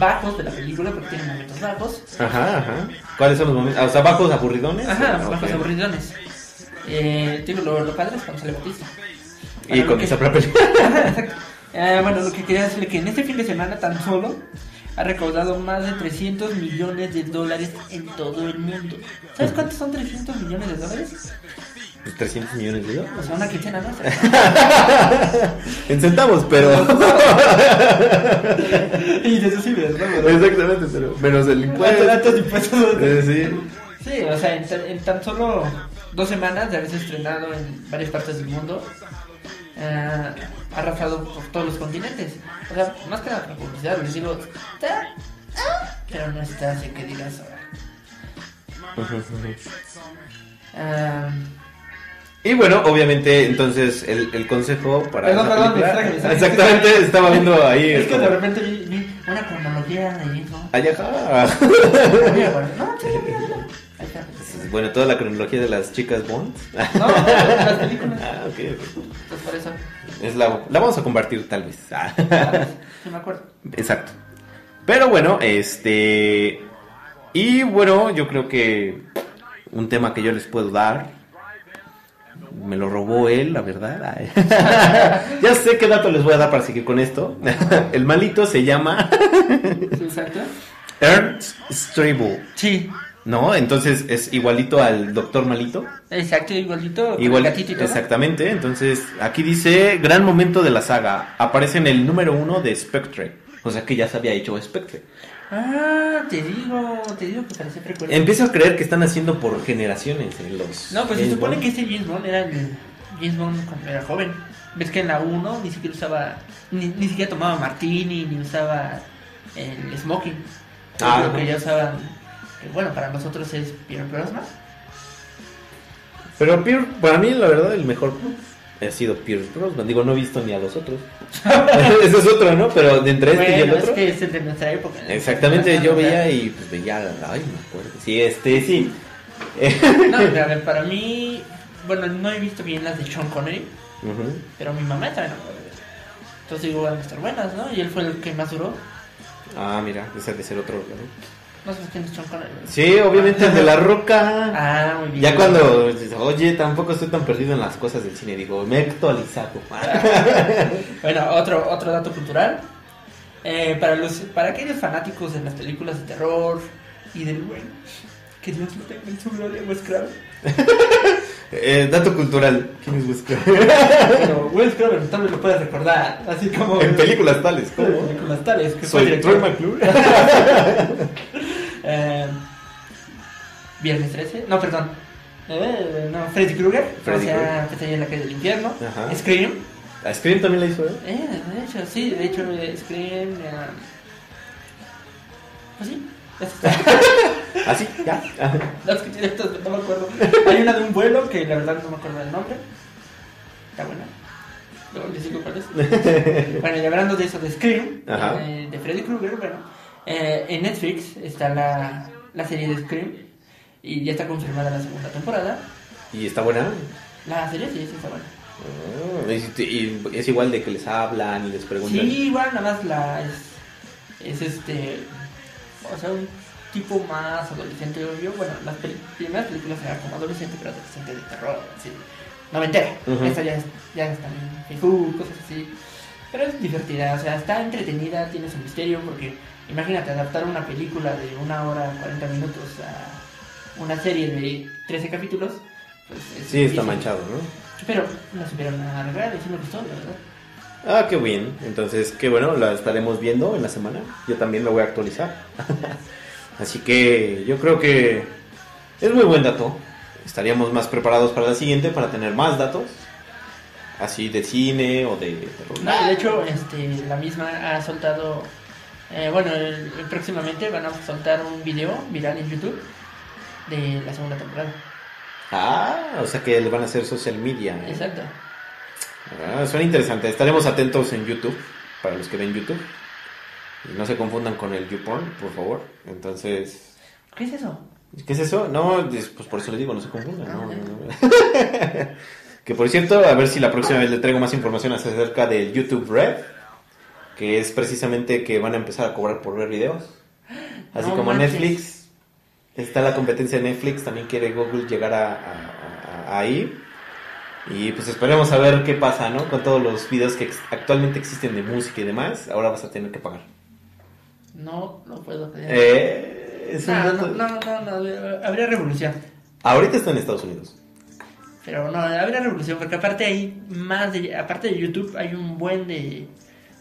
bajos de la película, porque tiene momentos bajos.
Ajá, ajá. ¿Cuáles son los momentos? Ah, O sea, bajos aburridones.
Ajá,
Ah,
bajos
ok.
aburridones. Eh, digo, lo, lo padre es cuando sale Batista.
Y
Para lo
con
que-
esa propia <laughs> pues,
Ajá, exacto. Eh, bueno, lo que quería decirle que en este fin de semana tan solo ha recaudado más de 300 millones de dólares en todo el mundo. ¿Sabes cuántos son 300 millones de dólares?
Pues, 300 millones de
O
dólares.
sea, una quincena ¿no?
En centavos, pero.
<laughs>
<laughs>
Y deducibles, ¿no? Pero-
Exactamente, pero. Menos el
Datos de
impuesto.
impuestos.
Es decir,
Sí, o sea, en, tan- en tan solo dos semanas de haberse estrenado en varias partes del mundo, eh, ha arrasado por todos los continentes. O sea, más que nada por publicidad, les digo, está, ah, pero no está así que digas ahora. Ah,
Y bueno, obviamente, entonces el, el consejo para.
Perdón,
esa
perdón, me
película-
distraje, me distraje.
Exactamente, estaba viendo ahí.
es que
como-
de repente vi, vi una cronología de
<laughs>
James
Ay, ajá.
Mira, bueno, no, sí, mira, mira. Ahí está.
Bueno, toda la cronología de las chicas Bond. <laughs>
No, no, de las películas.
Ah, ok, ok.
Entonces, por eso,
Es la, la vamos a compartir tal vez. Ah. <laughs>
sí me acuerdo.
Exacto. Pero bueno, este. Y bueno, yo creo que un tema que yo les puedo dar. Me lo robó él, la verdad. Ay. <laughs> ya sé qué dato les voy a dar para seguir con esto. <laughs> El malito se llama <laughs>
Sí, exacto.
Ernst Stribel.
Sí,
¿No? Entonces es igualito al doctor malito.
Exacto, igualito. con
Igual,
el gatito y todo.
exactamente. Entonces, aquí dice, gran momento de la saga. Aparece en el número uno de Spectre. O sea que ya se había hecho Spectre.
Ah, te digo, te digo que parece precuela.
Empiezo a creer que están haciendo por generaciones en los...
No, pues se
James
supone
Bond.
que ese James Bond era el James Bond cuando era joven. Ves que en la 1 ni siquiera usaba, ni, ni siquiera tomaba martini, ni usaba el smoking.
Ah,
Ah, lo que
ajá.
ya usaban, que bueno, para nosotros es Pierre Brosnan.
Pero Pierce, para mí, la verdad, el mejor ha sido Pierce Brosnan. Digo, no he visto ni a los
<laughs>
otros. <laughs> Ese es otro, ¿no? Pero de entre este y el
Bueno, es
otro...
que es el de nuestra época.
Exactamente, yo veía
y...
y pues, veía... Ay, me acuerdo. Sí, este, sí.
No, pero a ver, para mí, bueno, no he visto bien las de Sean Connery,
Ujú.
pero mi mamá también no puede ver. Entonces digo, van a estar buenas, ¿no? Y él fue el que más duró.
Ah, mira, ese de ser otro.
No
¿no?
sé quién es Sean Connery. ¿verdad?
Sí, obviamente el de la roca.
Ah, muy bien.
Ya cuando, dices, oye, tampoco estoy tan perdido en las cosas del cine, digo, me he actualizado.
Bueno, otro, otro dato cultural. Eh, para, los, para aquellos fanáticos de las películas de terror y del güey, que Dios lo tenga en su gloria, Wes Craven.
<laughs> Eh, dato cultural, ¿quién es Wes Craven? <laughs>
Pero Wes Craven tal vez lo puedes recordar, así como...
En películas tales,
En
¿cómo?
películas tales, que fue
Soy
director.
Troy McClure.
<laughs> Eh, Viernes 13, no, perdón. Eh, no, Freddy Krueger, o
Freddy
sea,
Krueger.
Pesadilla en la calle del infierno,
Ajá.
Scream,
¿A Scream también la hizo él?
Eh, de hecho, sí, de hecho, eh, Scream. eh, pues sí, eso está.
Así, ¿Ah, <laughs> ya.
Las que tiene estas, <laughs> no me acuerdo. Hay una de un vuelo que la verdad no me acuerdo del nombre. Está buena. Luego les digo cuál es. bueno, y hablando de eso de Scream,
Ajá.
eh, de Freddy Krueger, bueno, eh, en Netflix está la, la serie de Scream y ya está confirmada la segunda temporada.
Y está buena.
La serie sí, sí está buena.
Ah, y- y es igual de que les hablan y les preguntan.
Sí, igual nada más la es, es este, o sea, un tipo más adolescente, yo, yo, bueno, las peli- primeras películas eran como adolescente, pero adolescente de terror, así, noventera,
Ujú.
esta ya, es- ya está en Facebook, cosas así, pero es divertida, o sea, está entretenida, tiene su misterio, porque imagínate adaptar una película de una hora, 40 minutos a una serie de 13 capítulos, pues es
Sí, está
difícil.
manchado, ¿no?
Pero la supieron arreglar y sí me gustó, la verdad.
Ah, qué bien. Entonces, qué bueno, la estaremos viendo en la semana. Yo también me voy a actualizar. <laughs> Así que yo creo que es muy buen dato. Estaríamos más preparados para la siguiente, para tener más datos. Así de cine o de... terror.
No, de hecho, este, la misma ha soltado. eh, bueno, el- el- próximamente van a soltar un video viral en YouTube de la segunda temporada.
Ah, o sea que le van a hacer social media. ¿eh?
Exacto.
Ah, suena interesante. Estaremos atentos en YouTube, para los que ven YouTube. Y no se confundan con el YouPorn, por favor. Entonces,
¿Qué es eso?
Pues, ¿Qué es eso? No, des- pues por eso les digo, no se confundan. no,
Ah, ya.
no, <laughs> no. que por cierto, a ver si la próxima vez le traigo más información acerca del YouTube Red, que es precisamente que van a empezar a cobrar por ver videos. Así
No
como
manches.
Netflix, está la competencia de Netflix, también quiere Google llegar a, a- a- a ahí. Y pues esperemos a ver qué pasa, ¿no? Con todos los videos que ex- actualmente existen de música y demás, ahora vas a tener que pagar.
No, no puedo creer.
Eh, es un
no, no,
dato-
no, no, no, habría- habría revolución.
Ahorita está en Estados Unidos.
Pero no, habría revolución porque aparte hay más de. Aparte de YouTube, hay un buen de.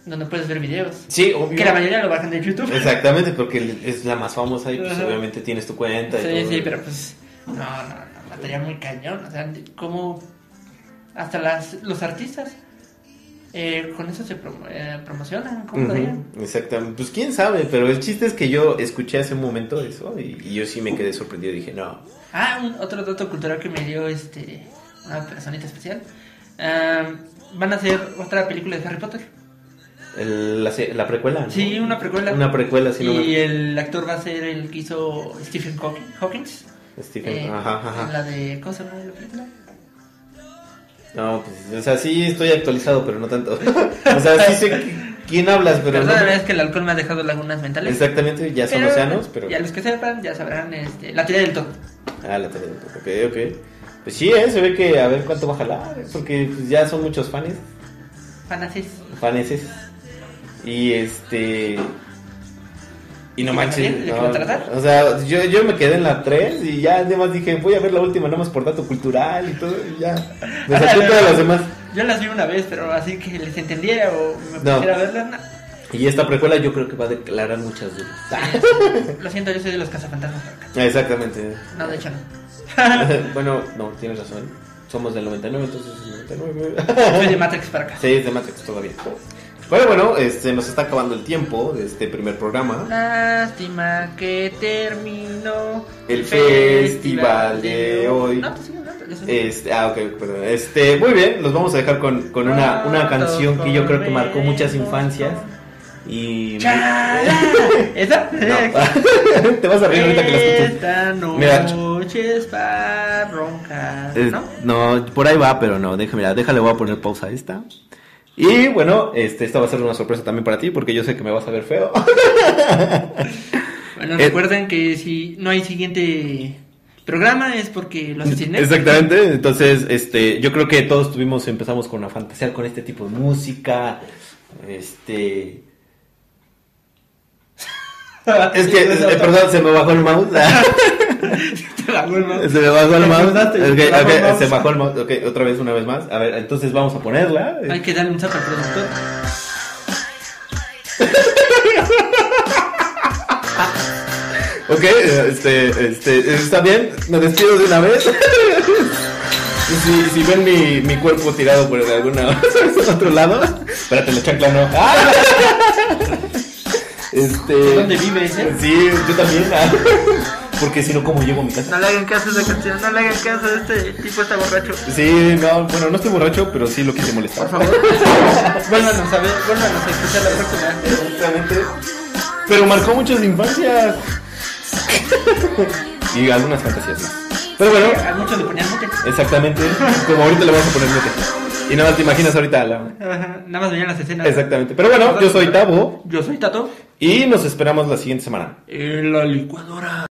donde puedes ver videos.
Sí, obvio.
Que la mayoría lo bajan de YouTube.
Exactamente, porque es la más famosa y pues
Ajá.
obviamente tienes tu cuenta. y
Sí,
todo.
sí, pero pues. No, no, no, mataría muy cañón. O sea, como. Hasta las, los artistas. eh, con eso se promo- eh, promocionan. ¿Cómo lo harían?
Ujú, Exactamente, pues quién sabe, pero el chiste es que yo escuché hace un momento eso y, y yo sí me quedé sorprendido. Dije, no,
Ah, un- otro dato cultural que me dio este una personita especial. Ah, van a hacer otra película de Harry Potter.
El- la, se- la precuela. ¿no?
Sí, una precuela.
Una precuela, Ah, sí, no
y
me-
el actor va a ser el que hizo Stephen Hawking- Hawkins.
Stephen,
eh,
ajá, ajá.
en La de. ¿Cómo se llama la película?
No, pues, o sea, sí estoy actualizado, pero no tanto. <laughs> o sea, sí sé qui- quién hablas, pero. no-
Perdón, la verdad es que el alcohol me ha dejado lagunas mentales.
Exactamente, ya son
Pero,
océanos, pero.
Y a los que sepan, ya sabrán este, la teoría del todo.
Ah, la tarea. Ok, ok. Pues sí, eh, se ve que a ver cuánto va a jalar, porque pues, ya son muchos fans.
Fanasis.
faneses. Y este. Y no
¿Y
manches.
también? ¿De qué
no,
va a tratar?
o sea, yo, yo me quedé en la 3 y ya además dije, voy a ver la última, nada más por dato cultural y todo, y ya.
<laughs>
Me salté todas las demás.
Yo las vi una vez, pero así que les entendiera o me
No.
pusiera a verlas. no.
Y esta precuela yo creo que va a declarar muchas dudas. <laughs>
Lo siento, yo soy de los cazafantasmas.
Exactamente. <laughs>
No, de hecho no.
bueno, no, tienes razón. Somos del 99, entonces es 99.
Soy de Matrix para acá.
<laughs> sí, es de Matrix todavía. Bueno, bueno, este, nos está acabando el tiempo de este primer programa.
Lástima que terminó
El festival de hoy.
No, pues sí, no, ya sé.
Este, ah, ok, perdón. Este, muy bien, los vamos a dejar con, con una, una canción que yo creo que marcó muchas infancias. Y.
Chala. <laughs> ¿Esa?
No. <laughs> Te vas a reír <laughs> ahorita que la escuches.
Esta
Mira.
noche es para roncar.
Eh,
¿No?
No, por ahí va, pero no, déjame, mira, déjale, voy a poner pausa a esta. Y bueno, este, esta va a ser una sorpresa también para ti, porque yo sé que me vas a ver feo.
Bueno,
Eh,
recuerden que si no hay siguiente programa es porque los asesiné.
Exactamente, entonces, este, yo creo que todos tuvimos, empezamos con a fantasear con este tipo de música, este... <laughs> Es que, eh, perdón, se me bajó el
<laughs>
mouse. <laughs>
Te <laughs> la vuelvo.
se me bajó el
Te
mouse.
acordaste,
Ok,
te bajó
ok,
el mouse.
se bajó el mouse. Ok, otra vez, una vez más. A ver, entonces vamos a ponerla.
Hay que darle un saco al productor.
Ok, eh, este, este, está bien, me despido de una vez. Si, si ven mi, mi cuerpo tirado por alguna <laughs> otro lado, espérate, la chancla no. ¡Ah! Este.
¿Dónde vives, eh?
Sí, yo también. ah. Porque si no, ¿cómo llego a mi casa?
No le hagan caso a esa canción, no le hagan caso a este tipo, está borracho.
Sí, no, bueno, no estoy borracho, pero sí lo quise molestar.
Por favor, vuélvanos a ver, vuélvanos a escuchar la próxima.
Exactamente. Pero marcó muchas infancias. y algunas fantasías más. Pero bueno,
A muchos le ponían mute.
Exactamente, como ahorita le vamos a poner mute. Y nada más te imaginas ahorita la...
Ajá, Nada más veían las escenas.
Exactamente. Pero bueno, yo soy Tavo
Yo soy Tato.
y nos esperamos la siguiente semana.
En la licuadora.